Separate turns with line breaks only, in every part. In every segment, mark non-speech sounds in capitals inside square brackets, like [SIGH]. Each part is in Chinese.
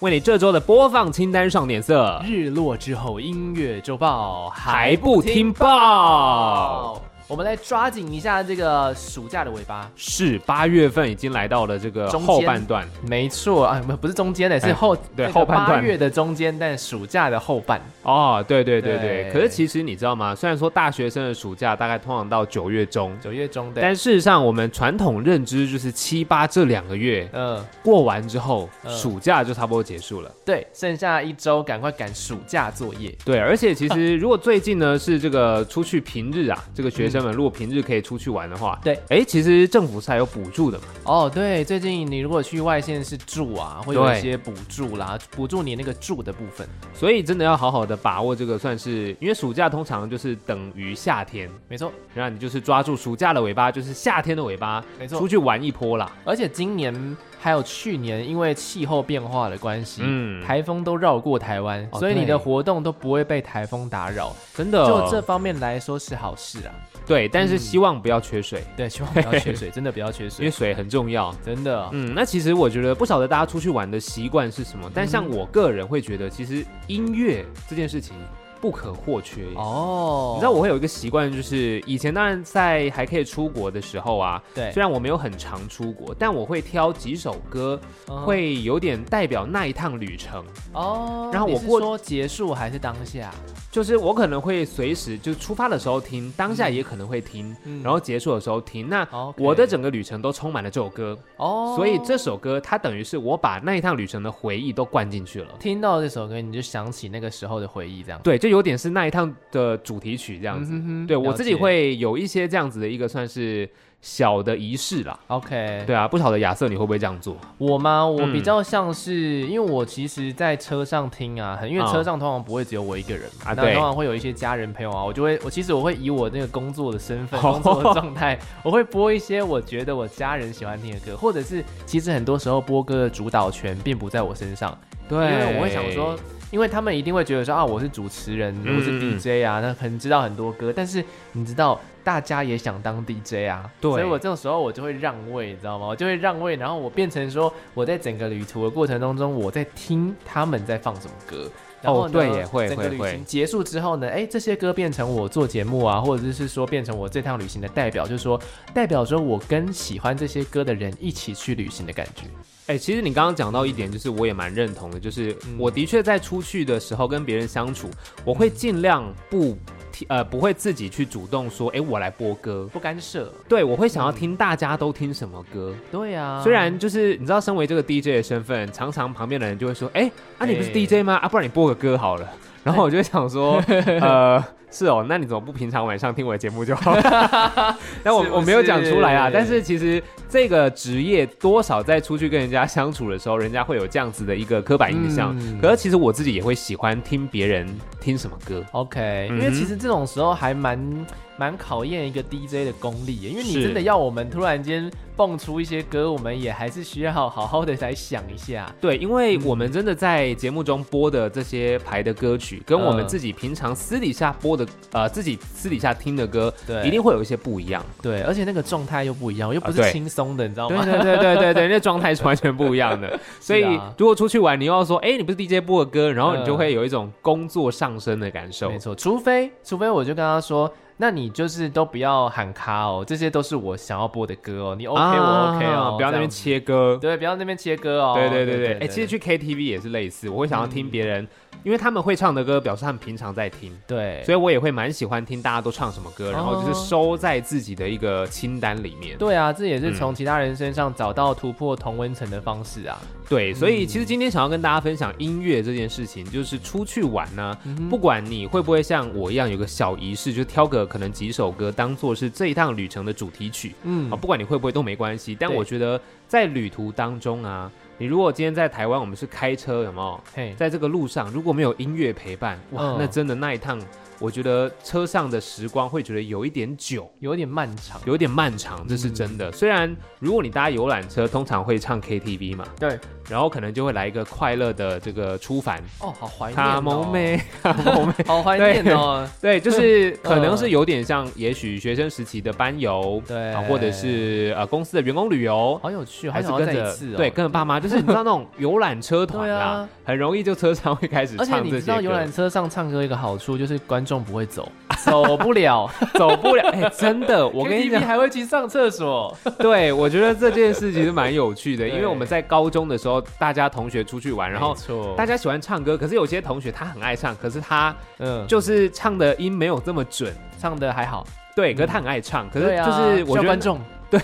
为你这周的播放清单上点色。
日落之后，音乐周报
还不听报？
我们来抓紧一下这个暑假的尾巴。
是八月份已经来到了这个
中间
后半段，
没错啊，不不是中间的，是后、
对
那个
后半段
八月的中间，但暑假的后半。
哦，对对对
对
对。可是其实你知道吗？虽然说大学生的暑假大概通常到九月中，
九月中的，
但事实上我们传统认知就是七八这两个月
嗯、
过完之后，
嗯
暑假就差不多结束了。
对，剩下一周赶快赶暑假作业。
对，而且其
[LAUGHS]
实如果最近呢是这个出去平日啊，这个学生们如果平日可以出去玩的话，
嗯对
哎，其实政府是还有补助的嘛。
哦，对，最近你如果去外县市住啊，会有一
对
些补助啦，补助你那个住的部分。
所以真的要好好的把握这个，算是因为暑假通常就是等于夏天，
没错，
然后你就是抓住暑假的尾巴，就是夏天的尾巴，
没错
出。去玩一波啦。
而且今年还有去年，因为气候变化的关系，
嗯，
台风都绕过台湾，
哦
所以你
对
的活动都不会被台风打扰。
真的哦
就这嗯方面来说是好事啊。
对，但是希望不要缺水，
对，希望不要缺水， [LAUGHS] 真的不要缺
因
水，
为水很重要。
真的。
嗯，那其实我觉得不晓得大家出去玩的习惯是
嗯
什么，但像我个人会觉得，其实音乐这件事情不可或缺。
哦，
你知道我会有一个习惯，就是以前当然在还可以出国的时候啊，
对
虽然我没有很常出国，但我会挑几首歌，
嗯
会有点代表那一趟旅程。
哦，
然后
你
我
是
过
说结束还是当下？
就是我可能会随时就出发的时候听，当下也可能会听，
嗯
然后结束的时候听。那
OK
我的整个旅程都充满了这首歌，
哦，
所以这首歌它等于是我把那一趟旅程的回忆都灌进去了。
听到这首歌你就想起那个时候的回忆，这样。
对，就有点是那一趟的主题曲这样子。
嗯哼哼
对
了
我自己
解
会有一些这样子的一个算是小的仪式啦。
OK，
对啊，不晓得亚瑟你会不会这样做？
我吗？我
嗯
比较像是，因为我其实，在车上听啊，很因为
啊
车上通常不会只有我一个人嘛，
啊
那
对
通常会有一些家人朋友啊，我就会，我其实我会以我那个工作的身
[LAUGHS]
份、
哦
工作的状态，我会播一些我觉得我家人喜欢听的歌，或者是其实很多时候播歌的主导权并不在我身上，
对
因为我会想说，，因为他们一定会觉得说啊，我是主持人，
嗯
我是 DJ 啊，那可能知道很多歌，但是你知道大家也想当 DJ 啊，
对
所以我这种时候我就会让位，你知道吗？我就会让位，然后我变成说我在整个旅途的过程当中，我在听他们在放什么歌。然后呢
哦对耶会
整个
会
旅
会
行结束之后呢，哎，这些歌变成我做节目啊，或者是说变成我这趟旅行的代表，就是说代表着我跟喜欢这些歌的人一起去旅行的感觉。
哎、其实你刚刚讲到一点，就是我也蛮认同的，就是
嗯
我的确在出去的时候跟别人相处，我会尽量不提，呃，不会自己去主动说，哎、我来播歌。
不干涉，
对，我会想要听大家都听什么歌。
对啊。
虽然就是你知道，身为这个 DJ 的身份，常常旁边的人就会说，哎、啊你不是
哎
DJ 吗？啊，不然你播个歌好了。然后我就会想说，
[LAUGHS]
呃，是哦，那你怎么不平常晚上听我的节目就好了？
[LAUGHS]
但我
是不
我没有讲出来啊，
是
但是其实这个职业多少在出去跟人家相处的时候，人家会有这样子的一个刻板印象。
嗯
可是其实我自己也会喜欢听别人听什么歌，
OK，、
嗯哼
因为其实这种时候还蛮蛮考验一个 DJ 的功力耶，因为你
是
真的要我们突然间蹦出一些歌，我们也还是需要好好的来想一下。
对，因为
嗯
我们真的在节目中播的这些排的歌曲，跟我们
嗯
自己平常私底下播的，呃，自己私底下听的歌，
对
一定会有一些不一样。
对，而且那个状态又不一样，又不
啊
是
对
轻松的，你知道
对
吗？
对对对对对，那状态是完全不一
[LAUGHS]
样的。所以
啊
如果出去玩，你又要说，哎，你不是 DJ 播的歌，然后你就会有一种工作上升的感受
嗯没。错，除非除非我就跟他说，那你就是都不要喊卡哦，这些都是我想要播的歌哦，你 OK、我 OK 哦
啊，不要
这
那边
样子
切歌。
对，不要那边切歌哦。
对对对对，哎，其实去 KTV 也是类似，我会想要
嗯
听别人，因为他们会唱的歌，表示他们平常在听。
对。
所以我也会蛮喜欢听大家都唱什么歌，然后就是收在自己的一个清单里面。
哦对啊，这也是
嗯
从其他人身上找到突破同温层的方式啊。
对，所以其实今天想要跟大家分享音乐这件事情，就是出去玩呢、
嗯
不管你会不会像我一样有个小仪式，就挑个可能几首歌当做是这一趟旅程的主题曲。
嗯
啊，不管你会不会都没关系，但
对
我觉得在旅途当中啊，你如果今天在台湾，我们是开车，有没有？
嘿，
在这个路上如果没有音乐陪伴，哇，
嗯
那真的那一趟，我觉得车上的时光会觉得有一点久。
有点漫长。
有点漫长，这是
嗯
真的。虽然如果你搭游览车，通常会唱 KTV 嘛，
对，
然后可能就会来一个快乐的这个出凡，
哦，好怀念、哦，
卡蒙，妹，
[LAUGHS]
卡蒙妹，
好怀念
[LAUGHS]
哦。
对，就是可能是有点像，也许学生时期的班游，
对
啊或者是呃公司的员工旅游，
好有趣，
还
还
是
想要
跟
再一
着
次、哦、
对跟
[LAUGHS]
着爸妈，就是你知道那种游览车团
对
啦
啊，
很容易就车上会开始
而且
唱
你
这
知
些
道游
歌
览，车上唱歌一个好处就是观众不会
[LAUGHS]
走，走不了。
走不了，哎，真
[LAUGHS]
的，我跟你
KTV
讲，
还会去上厕所。
对我觉得这件事其实蛮有趣的，
对
因为我们在高中的时候，大家同学出去玩，然后
没。错
大家喜欢唱歌，可是有些同学他很爱唱，可是他
嗯，就
就是唱的音没有这么准，
唱的还好，
对，可是他很爱唱，可是
对啊
就是
需要
我觉得
观众
[LAUGHS] 对，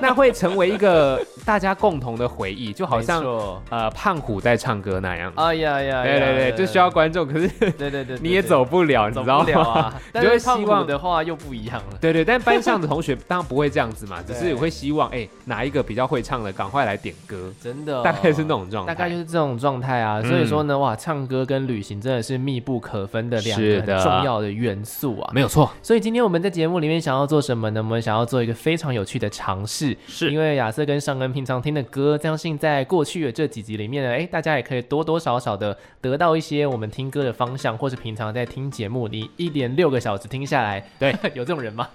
那会成为一个 [LAUGHS] 大家共同的回忆，就好
没
像
错
呃胖虎在唱歌那样。
哎呀呀，
对对对，就需要观众，可是
对对对，对
你也走不了，你
走
知
不
道
了
吗？
啊。但
你就会
是
希望
胖虎的话又不一样了。
[LAUGHS] 对对，但班上的同学当然不会这
[LAUGHS]
样子嘛，只是
对
会希望哎哪一个比较会唱的，赶快来点歌，
真的哦、
大概是那种状态。
大
嗯
概就是这种状态啊。所以说呢，哇，唱歌跟旅行真的是密不可分的两
是
个很
的
重要的元素啊。
没有错，
所以今天我们在节目里面想要做什么呢？我们想要做一个非常有趣的尝试，因
是
为亚瑟跟尚恩平常听的歌，相信在过去的这几集里面呢，哎，大家也可以多多少少的得到一些我们听歌的方向，或是平常在听节目，你一点六个小时听下来，
对，
[LAUGHS] 有这种人吗？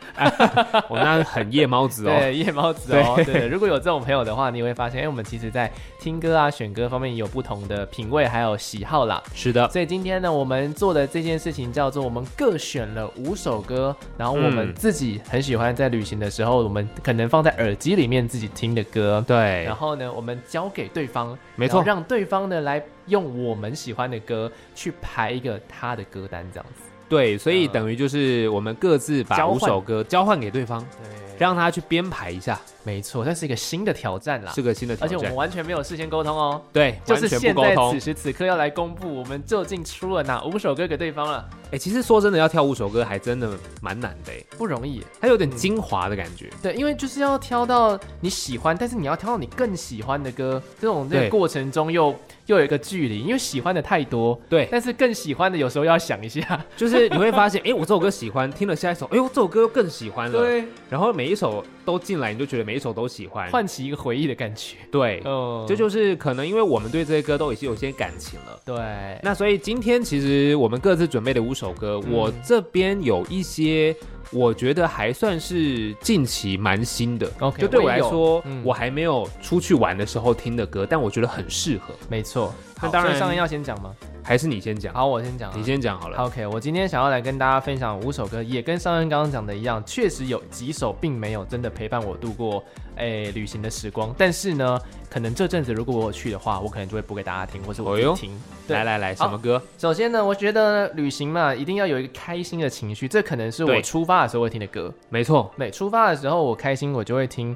我们那很夜猫子哦。
对，夜猫子哦，对如果有这种朋友的话，你会发现，哎，我们其实在听歌啊、选歌方面有不同的品味还有喜好啦。
是的，
所以今天呢，我们做的这件事情叫做我们各选了五首歌，然后我们
嗯
自己很喜欢在旅行的时候，我们可能放在耳机里面自己听的歌。
对
然，后呢，我们交给对方，
没
然
错
后，让对方呢来用我们喜欢的歌去排一个他的歌单，这样子。
对，所以
嗯
等于就是我们各自把
交
五
换
首歌交换给对方，
对，
让他去编排一下，
没错，这是一个新的挑战啦，
是个新的
啊
挑
而且我们
战。
完全没有事先沟通哦，
对，
就是
完全
现
不沟
在
通
此。时此刻要来公布我们究竟出了哪五首歌给对方了，
哎、其实说真的，要跳五首歌还真的蛮难的、欸，
不容易耶。
它有点精华的感觉。
对，因为就是要挑到你喜欢，但是你要挑到你更喜欢的歌，这种这
对
个过程中又又有一个距离，因为喜欢的太多，
对，
但是更喜欢的有时候要想一下。
就是你会
[LAUGHS]
发现，哎、我这首歌喜欢，听了下一首，哎呦，这首歌更喜欢了。
对，
然后每一首都进来，你就觉得每一首都喜
[LAUGHS]
欢。
唤起一个回忆的感觉。
对，
嗯，
这就是可能因为我们对这些歌都已经有些感情了。
对，
那所以今天其实我们各自准备的五首歌，
嗯
我这边有一些我觉得还算是近期蛮新的。
哦 OK，
就对我
我也
来
有
说，
嗯
我还没有出去玩的时候听的歌，但我觉得很适合。
没错。
那
那
当
当
然
然，上恩要先讲吗？
还是你先讲，
好，我先讲啊。
你先讲好了。
好 OK，我今天想要来跟大家分享五首歌，也跟上恩刚刚讲的一样，确实有几首并没有真的陪伴我度过诶、旅行的时光，但是呢，可能这阵子如果我有去的话，我可能就会播给大家听，或是我
哦
自
哟
己听。对
来来来，什
好
么歌？
首先呢，我觉得旅行嘛，一定要有一个开心的情绪，这可能是
对
我出发的时候会听的歌。
没错。
每出发的时候我开心，我就会听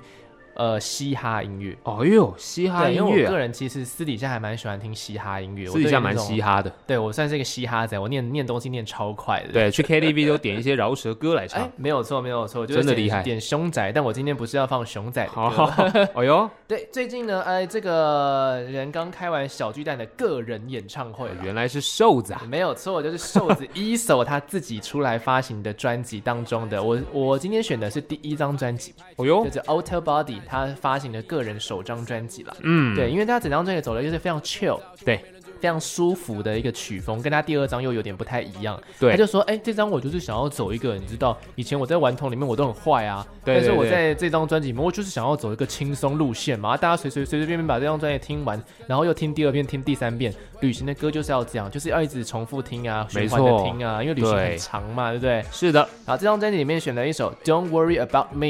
呃嘻哈音乐。
哦呦，嘻哈
对，因
音
为我个
乐啊
人其实私底下还蛮喜欢听嘻哈音乐，
啊，私底下蛮嘻
哈。
哈的。
对我算是一个嘻哈仔，我念念东西念超快的。
对，去 KTV 都点一些饶舌歌来
哎
唱。，
没有错，没有错，我就是
真的
点
厉害
点凶宅，但我今天不是要放凶宅的
好，
歌。
哦呦，
对，最近呢，哎，这个人刚开完小巨蛋的个人演唱会了。
原来是瘦子啊！
没有错，就是瘦子一手他自己出来发行的专辑当中的。我我今天选的是第一张专辑，
哦呦
就，是 Outer Body 他发行的个人首张专辑了。
嗯，
对，因为他整张专辑走的就是非常 chill，
对
非常舒服的一个曲风，跟他第二张又有点不太一样。他
对，
就说：“哎、这张我就是想要走一个，你知道，以前我在顽童里面我都很坏啊，
对对
但是我
对
在这张专辑里面，我就是想要走一个轻松路线嘛，大家随随随随便便把这张专辑听完，然后又听第二遍、听第三遍。旅行的歌就是要这样，就是要一直重复听啊，
没
循环的
错
听啊，因为旅行
对
很长嘛，对不对？
是的。
好，这张专辑里面选了一首《Don't Worry About Me》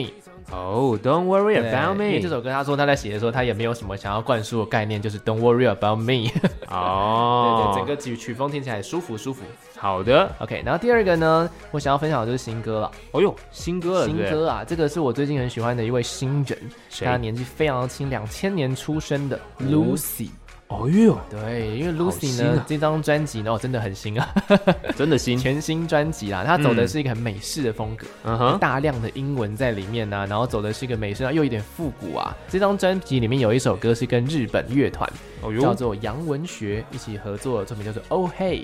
哦，Don't worry
对
about
因为这
me。
首歌他说他在写的时候，他也没有什么想要灌输的概念，就是 Don't Worry About Me。
[LAUGHS] 哦
对，对，整个曲曲风听起来舒服舒服。
好的。
OK，然后第二个呢，我想要分享的就是新歌了。
哦呦，新歌了，
新
对不对，
歌啊，这个是我最近很喜欢的一位新人，他
谁？
年纪非常轻，两千年出生的
嗯
Lucy。
哦哟，
对，因为
好
Lucy
新
呢、
啊嗯
这张专辑呢，哦，真的很新啊，
真
[LAUGHS]
的新，
全新专辑啦，它走的是一个很美式的风格。
嗯哼，
大量的英文在里面呢、啊然后走的是一个美式，然后又有一点复古啊。这张专辑里面有一首歌是跟日本乐团
哦
叫
哟，
做杨文学一起合作的作品，叫做《Oh Hey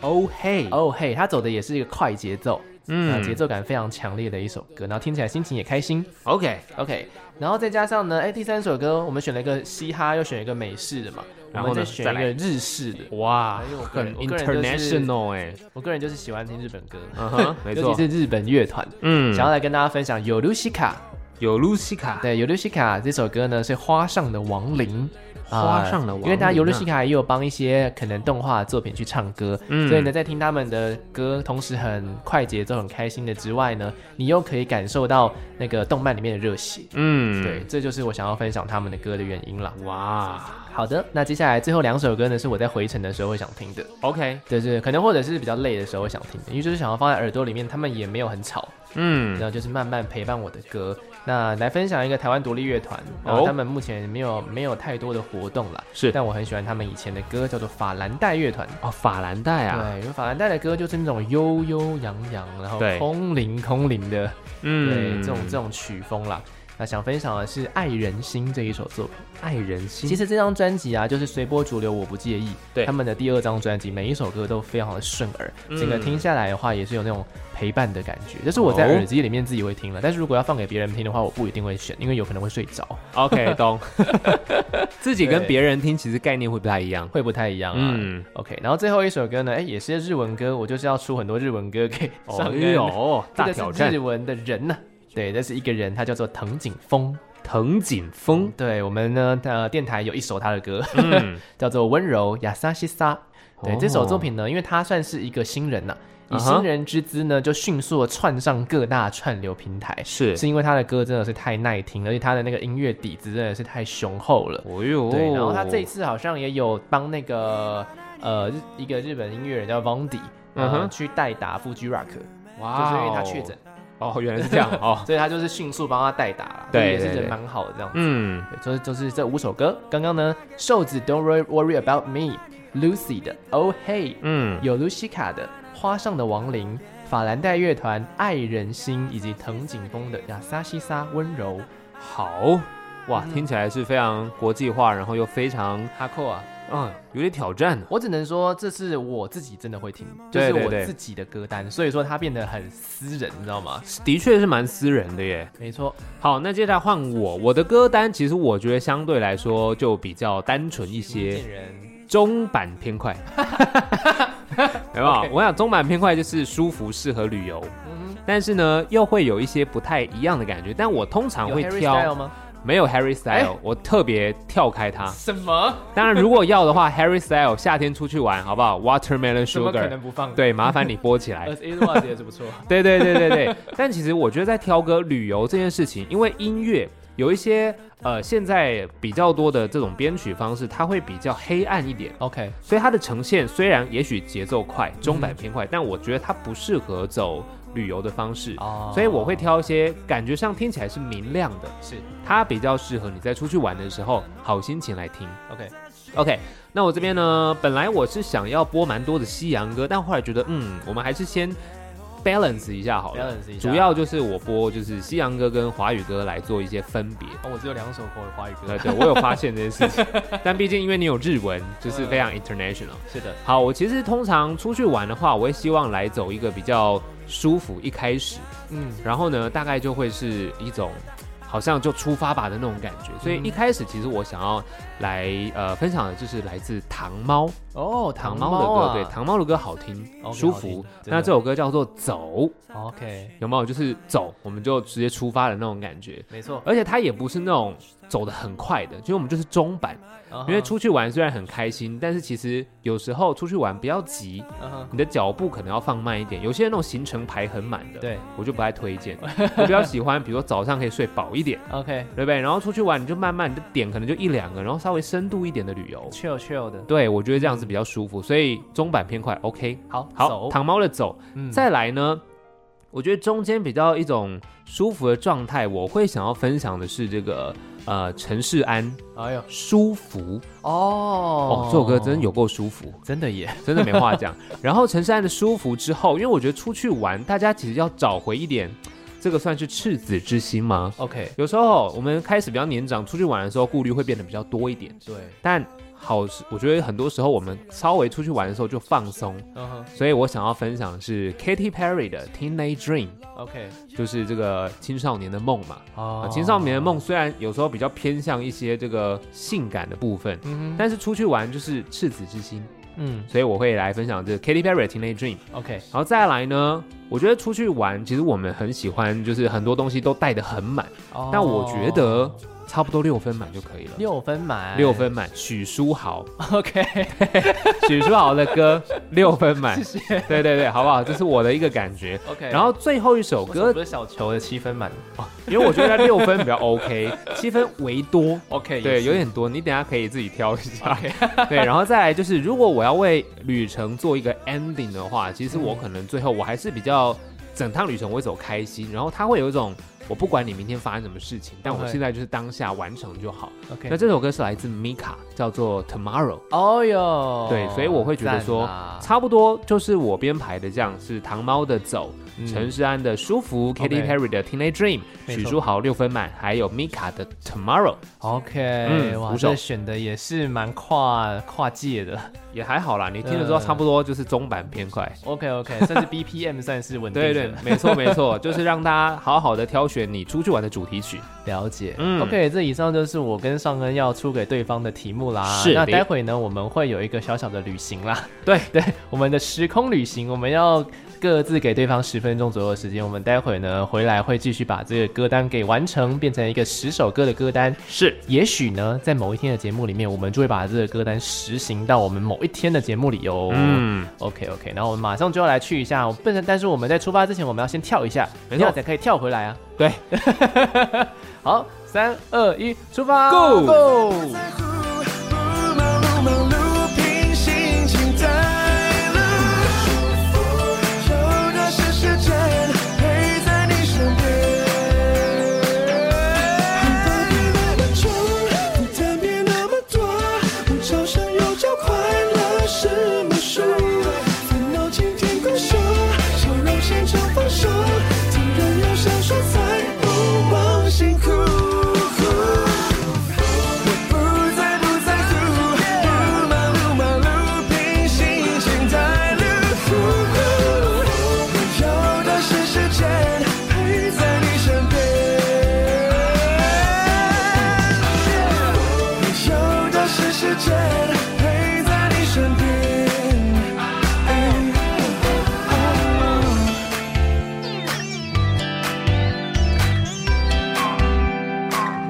哦嘿，
Oh Hey》，它走的也是一个快节奏，啊，节
嗯
奏感非常强烈的一首歌，然后听起来心情也开心。
，OK，
OK，然后再加上呢，哎，第三首歌我们选了一个嘻哈，又选一个美式的嘛，
然
我
后
们再
呢
选一
再
个
来
日式的。
哇
哎呦我，个人
很
我个人就是
international 哎，
我个人就是喜欢听日本歌，
嗯哼，没
尤
错
其，是日本乐团，
嗯，
想要来跟大家分享《有露西卡》。
有露西卡，
对，《尤露西卡》这首歌呢是花上的亡灵，
花上的亡灵啊
因为大家尤露西卡也有帮一些可能动画作品去唱歌，
嗯
所以呢，在听他们的歌，同时很快节奏、很开心的之外呢，你又可以感受到那个动漫里面的热血。
嗯，
对，，这就是我想要分享他们的歌的原因啦。
哇
好的，那接下来最后两首歌呢，是我在回程的时候会想听的，
，OK，
对对，可能或者是比较累的时候会想听的，因为就是想要放在耳朵里面，他们也没有很吵，
嗯
然，后就是慢慢陪伴我的歌。那来分享一个台湾独立乐团，然后
哦
他们目前没有没有太多的活动啦，
是
但我很喜欢他们以前的歌，叫做法兰黛乐团。
哦，法兰黛啊，
对，因为法兰黛的歌就是那种悠悠扬扬，然后
对
空灵空灵的，对
嗯，
这种这种曲风啦。那想分享的是《爱人心》这一首作品。
爱人心，
其实这张专辑啊，就是随波逐流，我不介意。
对
他们的第二张专辑，每一首歌都非常的顺耳，
嗯
整个听下来的话，也是有那种陪伴的感觉。这是我在
哦
耳机里面自己会听了，但是如果要放给别人听的话，我不一定会选，因为有可能会睡着，
OK，懂。
[LAUGHS]
自己跟
对
别人听，其实概念会不太一样。
会不太一样啊。
嗯，
OK，然后最后一首歌呢，哎，也是日文歌，我就是要出很多日文歌给上
哦
恩。
哟，
这
大
个
挑
是
战
日，文的人呢、对，这是一个人，他叫做藤井风。
藤井风。
对我们呢，呃，电台有一首他的歌，
嗯，
叫做《温柔亚萨西萨》。对、
哦
这首作品呢，因为他算是一个新人呐、以
啊哈
新人之姿呢，就迅速的窜上各大串流平台，[LAUGHS]
是。
是因为他的歌真的是太耐听，而且他的那个音乐底子真的是太雄厚了。
哦哟，
对，然后他这一次好像也有帮那个呃日一个日本音乐人叫 Vondi，嗯、
嗯
哼，
哼
去代打 Fuji Rock，就
哇，
是因为他确诊，。
哦，原来是这样 [LAUGHS] 哦。
所以他就是迅速帮他代打啦，
对
也是
对
人
对
蛮好的这样子。
嗯，
对，就是就是这五首歌。刚刚呢，瘦子 Don't worry, worry about me, Lucy 的 Oh Hey，
嗯，
有 Lucica 的花上的亡灵，法兰黛乐团爱人心，以及藤井风的亚萨西萨温柔。
好。哇，听起来是非常国际化，然后又非常
哈扣啊，
嗯，有点挑战呢。
我只能说这是我自己真的会听，就
对
是
对
我
对
自己的歌单，所以说它变得很私人，你知道吗？
的确是蛮私人的耶。
没错，
好，那接下来换我，我的歌单其实我觉得相对来说就比较单纯一些。
见人
中版偏 [LAUGHS] 快，有没有
OK
我想中版偏快就是舒服，适合旅游，但是呢又会有一些不太一样的感觉。但我通常
有
会
Harry Style
挑啊
吗？
没有 Harry
哎
Style，我特别跳开它。
什么？
当然，如果要的话 [LAUGHS] ，Harry Style 夏天出去玩好不好？Watermelon
怎么可
Sugar，
能不放？，
对，麻烦你播起来
[LAUGHS] 呃。，Edwards 也是不错。
[LAUGHS] 对对对对对。 [LAUGHS] 但其实我觉得在挑歌旅游这件事情，因为音乐有一些呃现在比较多的这种编曲方式，它会比较黑暗一点。
OK，
所以它的呈现虽然也许节奏快、中板偏
嗯
快，但我觉得它不适合走旅游的方式。
哦
所以我会挑一些感觉上听起来是明亮的，
是
它比较适合你在出去玩的时候好心情来听。
OK，
OK，那我这边呢，本来我是想要播蛮多的西洋歌，但后来觉得，嗯，我们还是先 balance 一下好了。
balance 一下
主要就是我播就是西洋歌跟华语歌来做一些分
[LAUGHS]
别。
哦，我只有两首国语华语歌
呃，。对我有发现这件事情，但毕竟因为你有日文，就是非常
[LAUGHS] 啊
international。
是的，
好，我其实通常出去玩的话，我会希望来走一个比较舒服一开始，
嗯，
然后呢，大概就会是一种好像就出发吧的那种感觉。所以一开始其实我想要来呃分享的就是来自糖猫，
哦，
糖
糖
猫的
猫
歌，
啊，
对，糖猫的歌好听
OK，
舒
好听
服。
真
那
的
这首歌叫做《走》，
哦 OK，
有没有？就是走，我们就直接出发的那种感觉。
没错，
而且它也不是那种走的很快的，就我们就是中版，因为
嗯
出去玩虽然很开心，但是其实有时候出去玩不要急，
嗯哼，
你的脚步可能要放慢一点。有些人那种行程排很满的，
对
我就不太
[LAUGHS]
推荐。我比较喜欢，比如说早上可以睡饱一点，
，OK，
对不对？然后出去玩你就慢慢，你的点可能就一两个，然后稍微深度一点的旅游。
chill chill 的，
对，我觉得这样子比较舒服，所以中版偏快，OK。
好，
好，
走
糖猫的走，
嗯
再来呢，我觉得中间比较一种舒服的状态，我会想要分享的是这个呃陈势安
哎呦，
舒服
哦
哦，这首歌真有够舒服，
真的耶，
真的没话
[LAUGHS]
讲。然后陈势安的舒服之后，因为我觉得出去玩，大家其实要找回一点，这个算是赤子之心吗？
OK，
有时候我们开始比较年长，出去玩的时候顾虑会变得比较多一点，
对，
但好，我觉得很多时候我们稍微出去玩的时候就放松。
嗯哼
所以我想要分享的是 Katy Perry 的《Teenage Dream
，OK，》，
就是这个青少年的梦嘛。啊，
哦
青少年的，梦虽然有时候比较偏向一些这个性感的部分，
嗯哼，
但是出去玩就是赤子之心，
嗯
所以我会来分享这个 Katy Perry 的《Teenage Dream》。
，OK，
然后再来呢，我觉得出去玩，其实我们很喜欢，就是很多东西都带得很满，
哦
但我觉得差不多六分满就可以了。
六分满，
六分满，许书豪，
，OK，
许书豪的歌六分
[LAUGHS]
满，谢谢。对对对，好不好？这是我的一个感觉。
OK，
然后最后一首歌
不，是小球的七分满
因为我觉得六分比较 [LAUGHS] OK，七分为多，
，OK，
对，有点多。你等一下可以自己挑一下。
OK，
[LAUGHS] 对，然后再来就是，如果我要为旅程做一个 ending 的话，其实我可能最后我还是比较整趟旅程我会走开心，然后它会有一种我不管你明天发生什么事情，但我
OK
现在就是当下完成就好。
OK，
那这首歌是来自 Mika，叫做 Tomorrow。
哦哟，
对所以我会觉得说
赞啊啦
差不多就是我编排的，这样是糖猫的《走》，
嗯
陈势安的《舒服》，Katy
OK
Perry 的《Teenage Dream》，
没错
许书豪六分满，还有 Mika 的《Tomorrow》，
OK，
嗯
哇，
鼓手
这选的也是蛮跨跨界的。 [LAUGHS]
也还好啦。你听了之后
嗯
差不多就是中版偏快。
OK OK，算是 BPM [LAUGHS] 算是稳定
对
的，
对，没错没错， [LAUGHS] 就是让大家好好的挑选你出去玩的主题曲。
了解。
嗯
OK，这以上就是我跟尚恩要出给对方的题目啦。
是
那
的
待会呢，我们会有一个小小的旅行啦。
[LAUGHS] 对
[LAUGHS] 对，我们的时空旅行，我们要各自给对方十分钟左右的时间。我们待会呢回来会继续把这个歌单给完成，变成一个十首歌的歌单。
是，
也许呢，在某一天的节目里面，我们就会把这个歌单实行到我们某一天的节目里哦。
嗯，
OK OK，然后我们马上就要来去一下，我不能，但是我们在出发之前，我们要先跳一下，
没
这
错
样才可以跳回来啊。
对，
[LAUGHS] 好，三二一，出发
Go！
Go！
在乎不忙碌忙碌，凭心情带路。有那些时间陪在你身边。白天那么重，负担别那么多，我朝向有朝快乐是魔术。烦恼今天拱手，笑容现场放手，纵然要闪烁才不忘辛苦。我不在不在乎，不忙碌忙碌，凭心情带路。有的是时间陪在你身边，有的是时间陪在你身边。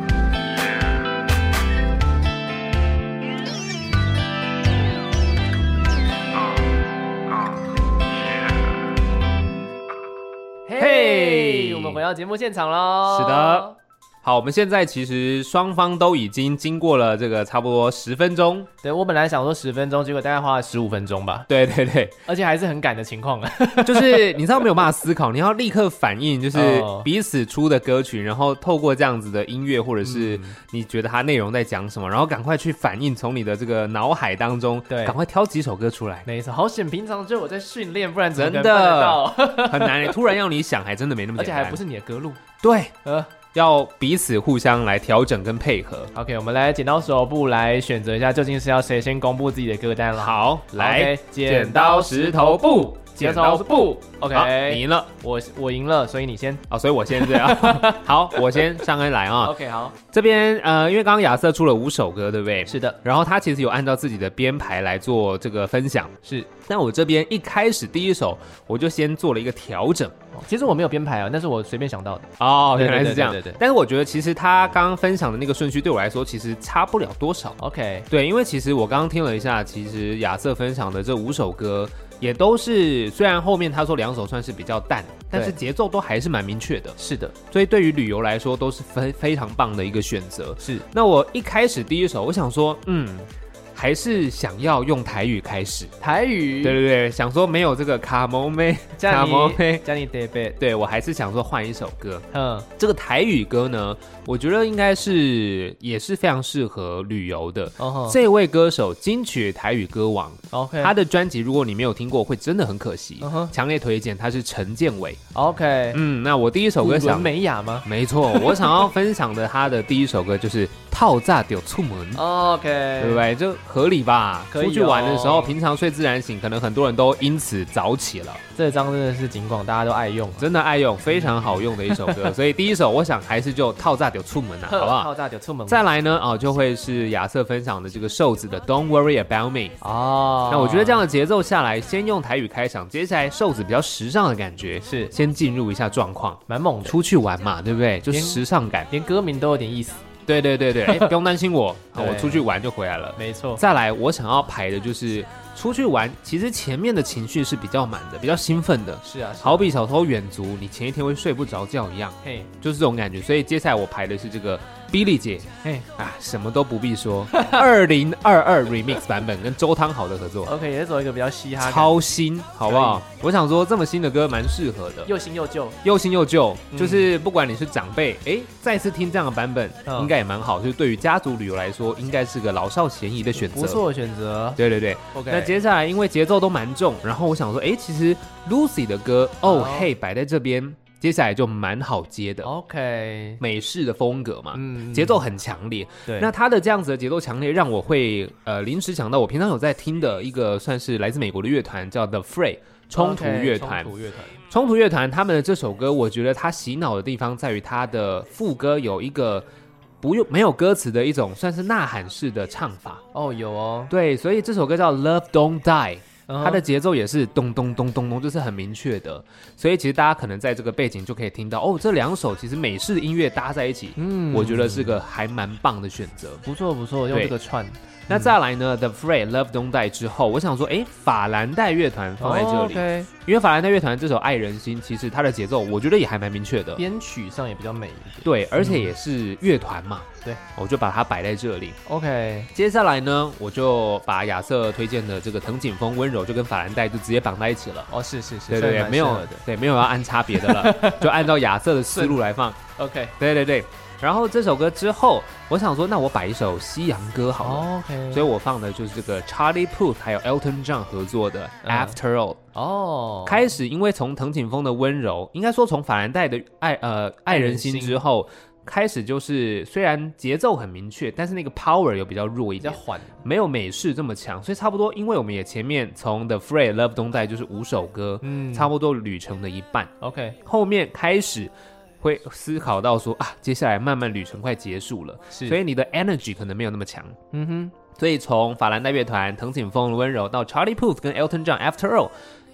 嘿
嘿
我们回到节目现场喽。
是的。好，我们现在其实双方都已经经过了这个差不多十分钟，
对我本来想说十分钟，结果大概花了十五分钟吧，
对对对， [LAUGHS]
而且还是很赶的情况啊。
就是你知道没有办法思考，你要立刻反应，就是
哦
彼此出的歌曲，然后透过这样子的音乐，或者是
嗯
你觉得它内容在讲什么，然后赶快去反应，从你的这个脑海当中，
对
赶快挑几首歌出来，
没错，好险，平常就有在训练，不然怎么可能
真的
办得到？
很难，突然要 [LAUGHS] 你想，还真的没那么
而
简
且
单，
还不是你的歌路。
对，
呃
要彼此互相来调整跟配合。
，OK，我们来剪刀石头布来选择一下，究竟是要谁先公布自己的歌单了。
好，来
OK，剪刀石头布，
剪刀石头布
，OK，
好你赢了
我我赢了，所以你先。
啊、所以我先这 [LAUGHS] 样。好，我先上恩来啊、
OK，好，
这边呃，因为刚刚亚瑟出了五首歌，对不对？
是的，
然后他其实有按照自己的编排来做这个分享。
是。
但我这边一开始第一首，我就先做了一个调整。
其实我没有编排啊，那是我随便想到的。
哦，
对
原来是这样。
对对对对
但是我觉得其实他刚刚分享的那个顺序对我来说其实差不了多少。
OK，
对，因为其实我刚刚听了一下，其实亚瑟分享的这五首歌也都是，虽然后面他说两首算是比较淡，但是
对
节奏都还是蛮明确的，
是的，
所以对于旅游来说都是非非常棒的一个选择。
是
那我一开始第一首，我想说，嗯，还是想要用台语开始。
台语，
对对对，想说没有这个卡蒙妹，卡
加
蒙
你
妹，
加你得背，
对我还是想说换一首歌。
嗯，
这个台语歌呢，我觉得应该是也是非常适合旅游的。
哦吼
这位歌手金曲台语歌王，
，OK，
他的专辑如果你没有听过，会真的很可惜
嗯哼。
强烈推荐，他是陈建伟。
OK，
嗯，那我第一首歌
古伦
想，
美雅吗
没错，我想要分享的他的第一首歌就是《套炸丢出门》。
？OK，
对不对？就合理吧。
哦可以哦
出去玩的时候，平常睡自然醒，可能很多人都因此早起了。
这张真的是景广，大家都爱用啊，
真的爱用，非常好用的一首
[LAUGHS]
歌。所以第一首，我想还是就套炸丢出门啊，好不好？
靠大就出门，
再来呢，哦，就会是亚瑟分享的这个瘦子的《Don't Worry About Me》。
哦，
那我觉得这样的节奏下来，先用台语开场，接下来瘦子比较时尚的感觉，
是
先进入一下状况。
蛮猛的，
出去玩嘛，对不对？就
连
时尚感。
连歌名都有点意思，
对对对 [LAUGHS] 对，哎，不用担心我，好我
对
出去玩就回来了。
没错，
再来，我想要排的就是出去玩，其实前面的情绪是比较满的，比较兴奋的，
是啊，是啊
好，比小偷远足，你前一天会睡不着觉一样，
嘿，
就是这种感觉。所以接下来我排的是这个 Billy 姐
嘿
啊，什么都不必 [LAUGHS] 说，二零二二 remix 版本跟周汤豪的合作，
，OK，也走一个比较嘻哈感，
超新，好不好？我想说这么新的歌蛮适合的。
又新又旧，
又新又旧，
嗯
就是不管你是长辈，哎、再次听这样的版本，
嗯
应该也蛮好。就是对于家族旅游来说，应该是个老少咸宜的选择。
不，错的选择
对对对。
，OK，
那接下来因为节奏都蛮重，然后我想说，诶，其实 Lucy 的歌哦
好
嘿摆在这边，接下来就蛮好接的，
OK，
美式的风格嘛，
哦嗯
节奏很强烈。
对，
那他的这样子的节奏强烈，让我会呃临时想到我平常有在听的一个算是来自美国的乐团叫 The Fray 冲突
OK，
乐团。
冲突乐团，
冲突乐团他们的这首歌，我觉得它洗脑的地方在于它的副歌有一个不用没有歌词的一种算是呐喊式的唱法。
哦，有哦，
对，所以这首歌叫《Love Don't Die》。
嗯
它的节奏也是咚咚咚咚咚，就是很明确的，所以其实大家可能在这个背景就可以听到哦，这两首其实美式音乐搭在一起，
嗯
我觉得是个还蛮棒的选择。
不错不错，用
对
这个串
那再来呢，The Fray Love Don't Die 之后，我想说，诶，法兰黛乐团放在这里，
里，
因为法兰黛乐团这首《爱人心》，其实它的节奏我觉得也还蛮明确的，
编曲上也比较美一点
对，而且也是乐团嘛，
对，
我就把它摆在这里。
，OK，
接下来呢，我就把亚瑟推荐的这个藤井风温柔就跟法兰黛就直接绑在一起了。
哦，是是是，
对
所
对
以
对，
蛮
没
适
有
合的
对没有要按差别的
[LAUGHS]
了，就按照亚瑟的思路来放。
，OK。
对对对，然后这首歌之后，我想说，那我摆一首西洋歌好了，
哦 OK，
所以我放的就是这个 Charlie Puth 还有 Elton John 合作的《
嗯
After All》。
哦，
开始，因为从藤井风的温柔，应该说从法兰黛的爱呃爱人心之后。开始就是，虽然节奏很明确，但是那个 power 又比较弱一
比较
点，
缓，
没有美式这么强，所以差不多。因为我们也前面从 The Fray Love Don't Die 就是五首歌，
嗯
差不多旅程的一半。
OK，
后面开始会思考到说啊，接下来慢慢旅程快结束了，
是
所以你的 energy 可能没有那么强。
嗯
所以从法兰黛乐团、藤井风的温柔到 Charlie Puth 跟 Elton John After All，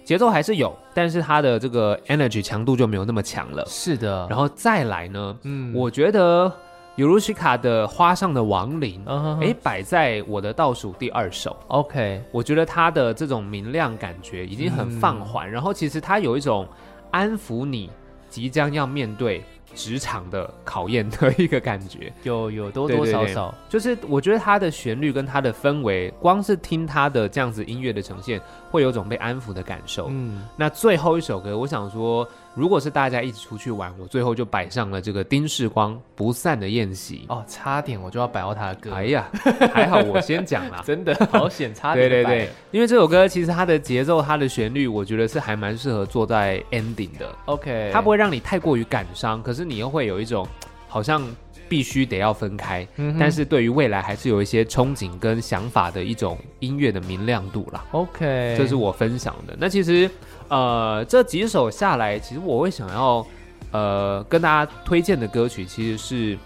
节奏还是有，但是它的这个 energy 强度就没有那么强了
哼，。是的，
然
后
后再来呢，
嗯
我觉得 Yurushika 的《花上的亡灵》
嗯哼哼
诶，摆在我的倒数第二首。
OK，
我觉得它的这种明亮感觉已经很放缓，然后其实它有一种安抚你即将要面对职场的考验的一个感觉。
有有多
对
多
对
少
对
少，
就是我觉得它的旋律跟它的氛围，光是听它的这样子音乐的呈现，会有种被安抚的感受。
嗯，
那最后一首歌，我想说，如果是大家一起出去玩，我最后就摆上了这个丁世光《不散的宴席》。
哦，差点我就要摆到他的歌，。
哎呀，还好我先讲啦
[LAUGHS] 真
[LAUGHS]
的好险，差
对
点
对
就摆
对
了，
因为这首歌其实它的节奏、它的旋律，我觉得是还蛮适合做在 ending 的。
，OK，
它不会让你太过于感伤，可是你又会有一种好像必须得要分开，
嗯哼
但是对于未来还是有一些憧憬跟想法的一种音乐的明亮度啦。
OK，
这是我分享的。那其实呃这几首下来，其实我会想要呃跟大家推荐的歌曲其实是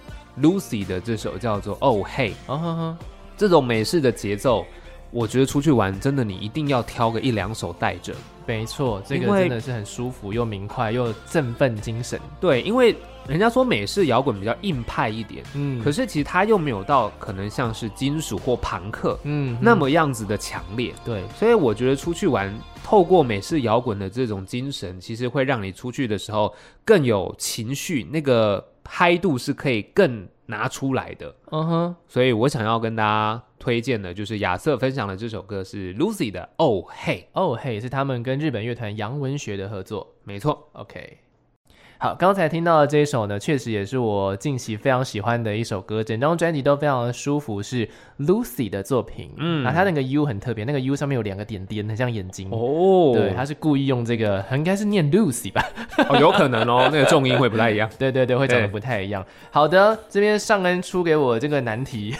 Lucy 的这首叫做《Oh Hey》。
哦哼哼，
这种美式的节奏，我觉得出去玩真的你一定要挑个一两首带着。
没错，这个
因为
真的是很舒服又明快又振奋精神，
对，因为人家说美式摇滚比较硬派一点，
嗯，
可
是
是其实它又没有到可能像是金属或朋克
嗯，
那
嗯
么样子的强烈。
对，
所以我觉得出去玩，透过美式摇滚的这种精神，其实会让你出去的时候更有情绪，那个嗨度是可以更拿出来的。
嗯哼，
所以我想要跟大家推荐的，就是亚瑟分享的这首歌是 Lucy 的《哦嘿
哦嘿，是他们跟日本乐团杨文学的合作。》，
没错，
OK，好，刚才听到的这一首呢，确实也是我近期非常喜欢的一首歌，整张专辑都非常的舒服，是 Lucy 的作品。
嗯
嗯，那它那个 U 很特别，那个 U 上面有两个点点，很像眼睛。哦
哦
对，他是故意用这个，应该是念 Lucy 吧？ [LAUGHS]
哦，有可能哦，那个重音会不太一样，
对对对，会长得
对
不太一样。好的，这边上恩出给我这个难题，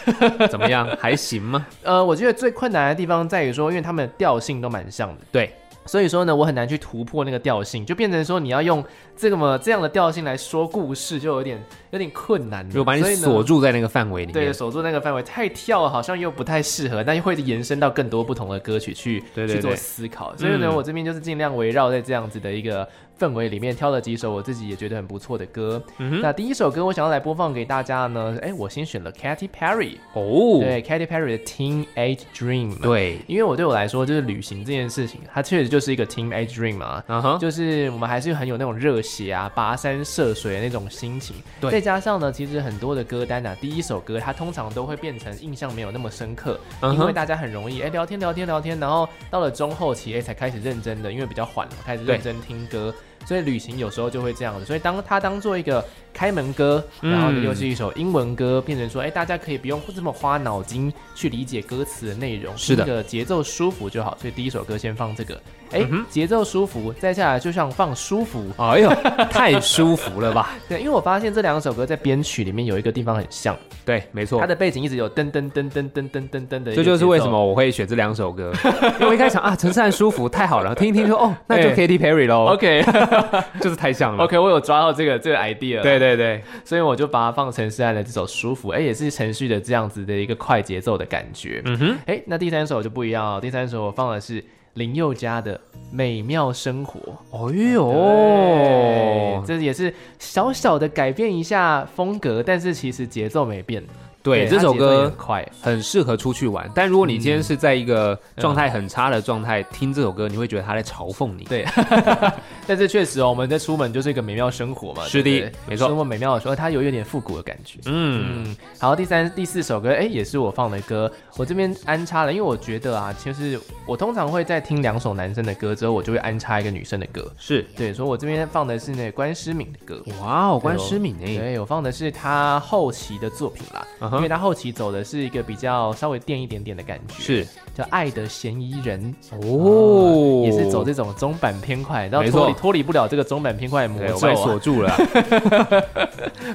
怎么样？还行吗？
呃，我觉得最困难的地方在于说，因为他们的调性都蛮像的，
对，
所以说呢，我很难去突破那个调性，就变成说你要用这么这样的调性来说故事，就有点有点困难了。
如果把你
所以呢
锁住在那个范围里
对，
面，
守住那个范围太跳，好像又不太适合，但又会延伸到更多不同的歌曲去
对对
去
对
做思考。所以呢，
嗯
我这边就是尽量围绕在这样子的一个氛围里面，挑了几首我自己也觉得很不错的歌。
嗯
那第一首歌我想要来播放给大家呢，哎，我先选了 Katy Perry，、
哦，
对 Katy Perry 的 Teenage Dream。。
对，
因为我对我来说，就是旅行这件事情，它确实就是一个 teenage dream 嘛，
嗯哼，
就是我们还是很有那种热血啊、跋山涉水的那种心情。
对
再加上呢，其实很多的歌单啊，第一首歌它通常都会变成印象没有那么深刻，
嗯哼
因为大家很容易哎、聊天聊天聊天，然后到了中后期哎、才开始认真的，因为比较缓了，开始
对
认真听歌。所以旅行有时候就会这样子，所以当它当做一个开门歌，
嗯
然后呢又是一首英文歌，变成说，哎、大家可以不用这么花脑筋去理解歌词的内容，
是的
听个节奏舒服就好。所以第一首歌先放这个，哎、
嗯
节奏舒服，再下来就像放舒服，
哎呦，太舒服了吧？
对，因为我发现这两首歌在编曲里面有一个地方很像，
[LAUGHS] 对，没错
它，的背景一直有噔噔噔噔噔噔噔噔的一个节奏，
哦这就是为什么我会选这两首歌， [LAUGHS] 因为我一开始想啊，陈善舒服太好了，听一听说哦，那就
哎
Katy Perry 喽，
OK
就是太像了。
OK，我有抓到这个这个 idea，了
对对对，
所以我就把它放陈势安的这首舒服，哎、也是陈旭的这样子的一个快节奏的感觉。嗯哼，哎、那第三首就不一样哦，第三首我放的是林宥嘉的《美妙生活》。
哎
哦
呦，，
这也是小小的改变一下风格，但是其实节奏没变。
对，这
它
首
节奏也
歌
很快，
很适合出去玩，但如果你今天是在一个状态很差的状态、听这首歌，你会觉得他在嘲讽你。
对 [LAUGHS] 但是确实哦，我们在出门就是一个美妙生活嘛。
是的
对不对
没错
生活美妙的时候，它有一点复古的感觉。
嗯，
嗯，好，第三、第四首歌，哎、也是我放的歌，我这边安插了，因为我觉得啊，其实我通常会在听两首男生的歌之后，我就会安插一个女生的歌。
是，
对，所以我这边放的是那个关诗敏的歌。
哇哦，关诗敏诶，
对，我放的是她后期的作品啦
嗯哼
因为她后期走的是一个比较稍微电一点点的感觉，
是
叫《爱的嫌疑人》
哦
也是走这种中版偏快，然后
没
脱
错
离脱离不了这个中版偏快的魔
对，我
咒、 [LAUGHS]
被
啊，
锁住了。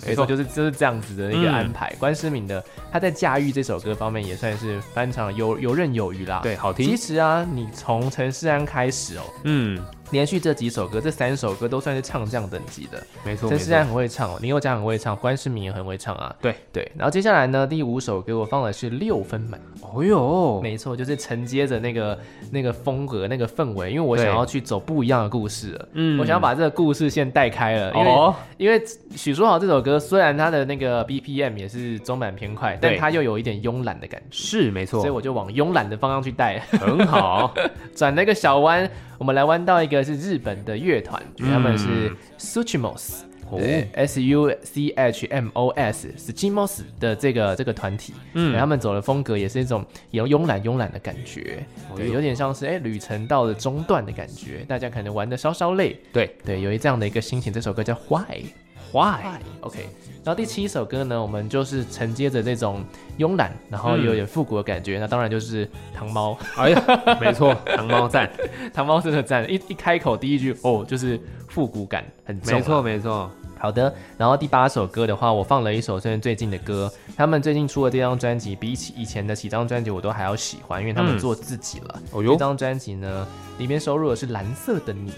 没错，就是就是这样子的一个安
嗯
排。关诗敏的她在驾驭这首歌方面也算是翻唱游游刃有余啦。
对，，好
其
听。
实啊，你从陈势安开始哦，
嗯，
连续这几首歌，这三首歌都算是唱将等级的。
没错，
陈
没
势安
错。
很会唱、哦，林宥嘉很会唱，关诗敏也很会唱啊。
对
对，然后接下来呢，第五首歌我放的是六分满，
哦呦，
没错，就是承接着那个那个风格、那个氛围，因为我想
对
要去走不一样的故事了。
嗯
我想要把这个故事线带开了，因为、
哦
因为许书豪这首歌虽然它的那个 BPM 也是中版偏快，但
对
它又有一点慵懒的感觉，
是没错
所以，我就往慵懒的方向去带，
很好。
[LAUGHS] 转了一个小弯，我们来弯到一个是日本的乐团，他们是 Suchimos。
嗯哦
对，S U C H M O S Suchimos 的这个这个团体，嗯，他们走的风格也是一种有慵懒慵懒的感觉，对，
哟
有点像是哎、旅程到了中段的感觉，大家可能玩的稍稍累，
对
对，有一这样的一个心情。这首歌叫 Why。
，Why？
哎 OK，然后第七首歌呢，我们就是承接着这种慵懒，然后有点复古的感觉，那当然就是糖猫。 [LAUGHS]
哎 [LAUGHS] 呀，没错，糖猫赞，
糖猫真的赞，一一开口第一句哦，就是复古感很重。啊
没错，没错。
好的，然后第八首歌的话，我放了一首算是最近的歌，他们最近出的这张专辑，比起以前的几张专辑我都还要喜欢，因为他们
嗯
做自己了。这
哦呦，
张专辑呢，里面收录的是《蓝色的你》，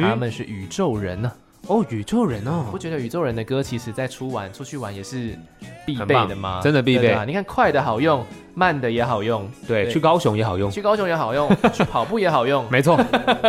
他
诶
们是宇宙人啊呢、
哦，宇宙人哦
不，觉得宇宙人的歌其实在出玩出去玩也是必
很
备
棒
的吗？
真的必备
对啊你看快的好用，慢的也好用，
对，
对
去高雄也好用。 [LAUGHS]
去高雄也好用，去跑步也好用。
[LAUGHS] 没错，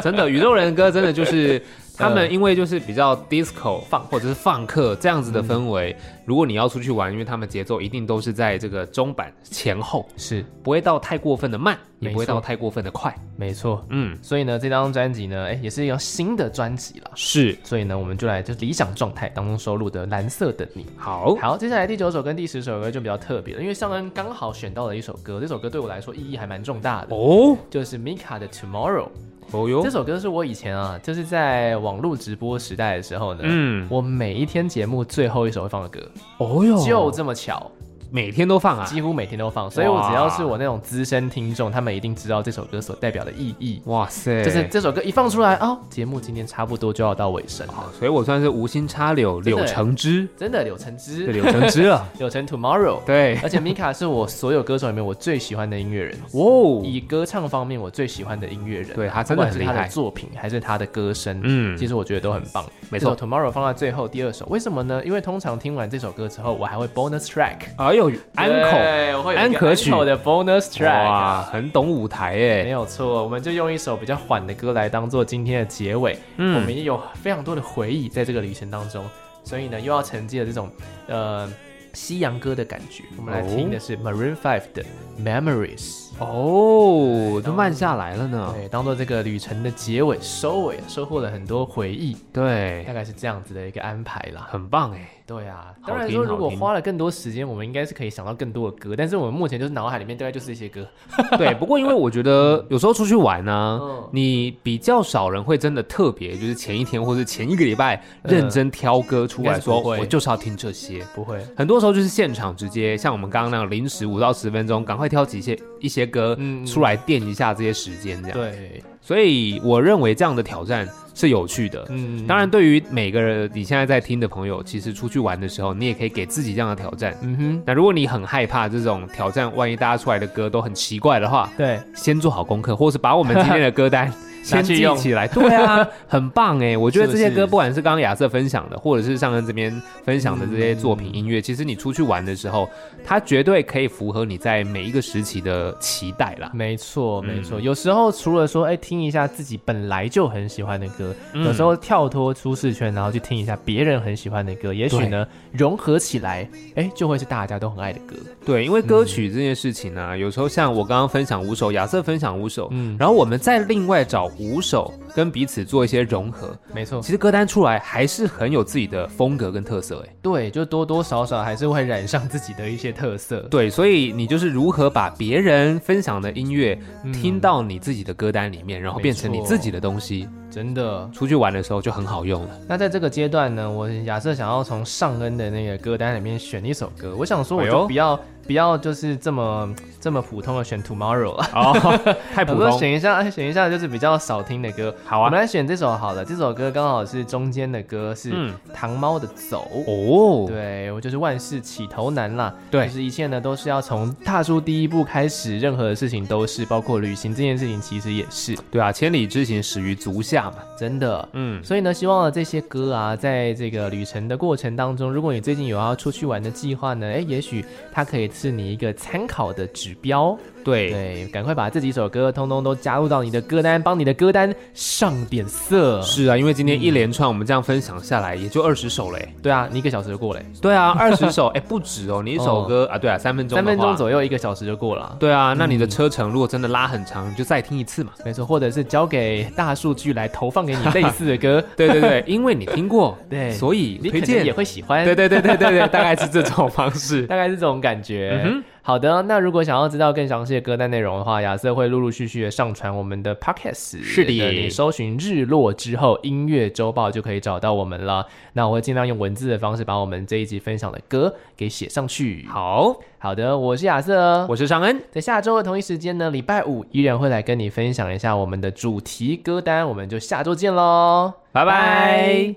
真的，宇宙人的歌真的就是他们因为就是比较 disco 放或者是放克这样子的氛围，如果你要出去玩，因为他们节奏一定都是在这个中板前后，
是
不会到太过分的慢，也不
没
会
错
到太过分的快。
没错。
嗯，
所以呢，这张专辑呢，哎、也是一张新的专辑啦。
是
所以呢，我们就来就是理想状态当中收录的《蓝色的你》。
好，
好，接下来第九首跟第十首歌就比较特别了，因为上恩刚好选到了一首歌，这首歌对我来说意义还蛮重大的，
哦
就是 Mika 的《Tomorrow》。
哦哟
这，首歌是我以前啊，就是在网络直播时代的时候呢，
嗯
我每一天节目最后一首会放的歌，
哦哟，
就这么巧，
每天都放啊，
几乎每天都放，所以我只要是我那种资深听众，他们一定知道这首歌所代表的意义。
哇塞，
就是这首歌一放出来哦，节目今天差不多就要到尾声了，
哦好，所以我算是无心插柳，
真的
柳橙汁，
真的柳橙
对，
汁，
柳橙汁了，
[LAUGHS] 柳橙 Tomorrow，
[LAUGHS] 对，
而且 Mika 是我所有歌手里面我最喜欢的音乐人，
哦，
以歌唱方面我最喜欢的音乐人，
对他
不
真的
管
很
是
厉
他的
害，
作品还是他的歌声，
嗯
其实我觉得都很棒。
没错
这首，Tomorrow 放在最后第二首，为什么呢？因为通常听完这首歌之后，我还会 bonus track，
哎呦，安口，
对我会有
安
一个
可曲
安可的 bonus track。
哇，很懂舞台
没
耶，
有错，我们就用一首比较缓的歌来当做今天的结尾。
嗯
我们也有非常多的回忆在这个旅程当中，所以呢，又要承接了这种呃西洋歌的感觉。我们来听的是 Maroon Five 的 Memories。
哦，都慢下来了呢，
对，当做这个旅程的结尾收尾，收获了很多回忆，大
对，
概是这样子的一个安排啦。
很棒哎，
对啊，
好
当然
听
说
好
如果
听
花了更多时间，我们应该是可以想到更多的歌，但是我们目前就是脑海里面大概就是这些歌。
对，不过因为我觉得有时候出去玩呢
嗯，
你比较少人会真的特别，就是前一天或者前一个礼拜认真挑歌出
应该
来
是
说，
不会
我就是要听这些，
不会，
很多时候就是现场直接像我们刚刚那样临时五到十分钟，赶快挑几些一些歌
嗯
出来垫一下这些时间这样。
对，
所以我认为这样的挑战是有趣的。
嗯
当然，对于每个人你现在在听的朋友，其实出去玩的时候，你也可以给自己这样的挑战。
嗯哼，
那如果你很害怕这种挑战，万一大家出来的歌都很奇怪的话，
对，
先做好功课，或是把我们今天的歌单先
去
记
用
起来。对啊，很棒哎！我觉得
是不
这些歌，
是
不管是刚刚亚瑟分享的，或者是上恩这边分享的这些作品
嗯
音乐，其实你出去玩的时候，它绝对可以符合你在每一个时期的期待啦。
没错，没
嗯
错。有时候除了说，哎，听一下自己本来就很喜欢的歌，
嗯
有时候跳脱舒适圈，然后去听一下别人很喜欢的歌，也许呢，融合起来，哎，就会是大家都很爱的歌。
对，因为歌曲这件事情呢、有时候像我刚刚分享五首，亚瑟分享五首，
嗯
然后我们再另外找五首跟彼此做一些融合，
没错，
其实歌单出来还是很有自己的风格跟特色诶。
对，就多多少少还是会染上自己的一些特色。
对，所以你就是如何把别人分享的音乐、
嗯
听到你自己的歌单里面，然后变成你自己的东西，
真的。
出去玩的时候就很好用了。
那在这个阶段呢，我亚瑟想要从尚恩的那个歌单里面选一首歌。我想说，我
哎呦
就不要、不要就是这么这么普通的选 Tomorrow 了，
[LAUGHS] 哦，太普
我说
通。
选一下，哎选一下就是比较少听的歌。
好啊
我们来选这首好了。这首歌刚好是中间的歌，是
嗯
糖猫的《走》
哦，
对我就是万事起头难啦，
对
就是一切呢都是要从踏出第一步开始，任何的事情都是，包括旅行这件事情，其实也是
对啊，千里之行始于足下嘛。
真的。
嗯，
所以呢，希望呢这些歌啊，在这个旅程的过程当中，如果你最近有要出去玩的计划呢，诶，也许它可以是你一个参考的指标。
对，
对，赶快把这几首歌通通都加入到你的歌单，帮你的歌单上点色。
是啊，因为今天一连串我们这样分享下来，也就二十首嘞。
对啊，你一个小时就过了，
对啊，二十首， [LAUGHS] 哎，不止哦，你一首歌啊，对啊，三分钟，
三分钟
右。
左右，一个小时就过了啊。
对啊，那你的车程如果真的拉很长，你就再听一次嘛。
没错，或者是交给大数据来投放给你类似的 [LAUGHS] 歌，
对对对， [LAUGHS] 因为你听过，
对
所以
你
推
肯定
荐
也。会喜欢。
对对对对对对，大概是这种方式。
大概是这种感觉。
嗯
好的，那如果想要知道更详细的歌单内容的话，亚瑟会陆陆续续的上传我们的 podcast。
是的
你搜寻“日落之后音乐周报”就可以找到我们了。那我会尽量用文字的方式把我们这一集分享的歌给写上去。
[LAUGHS] 好，
好的，我是亚瑟，
我是尚恩，
在下周的同一时间呢，礼拜五依然会来跟你分享一下我们的主题歌单，我们就下周见喽，
拜拜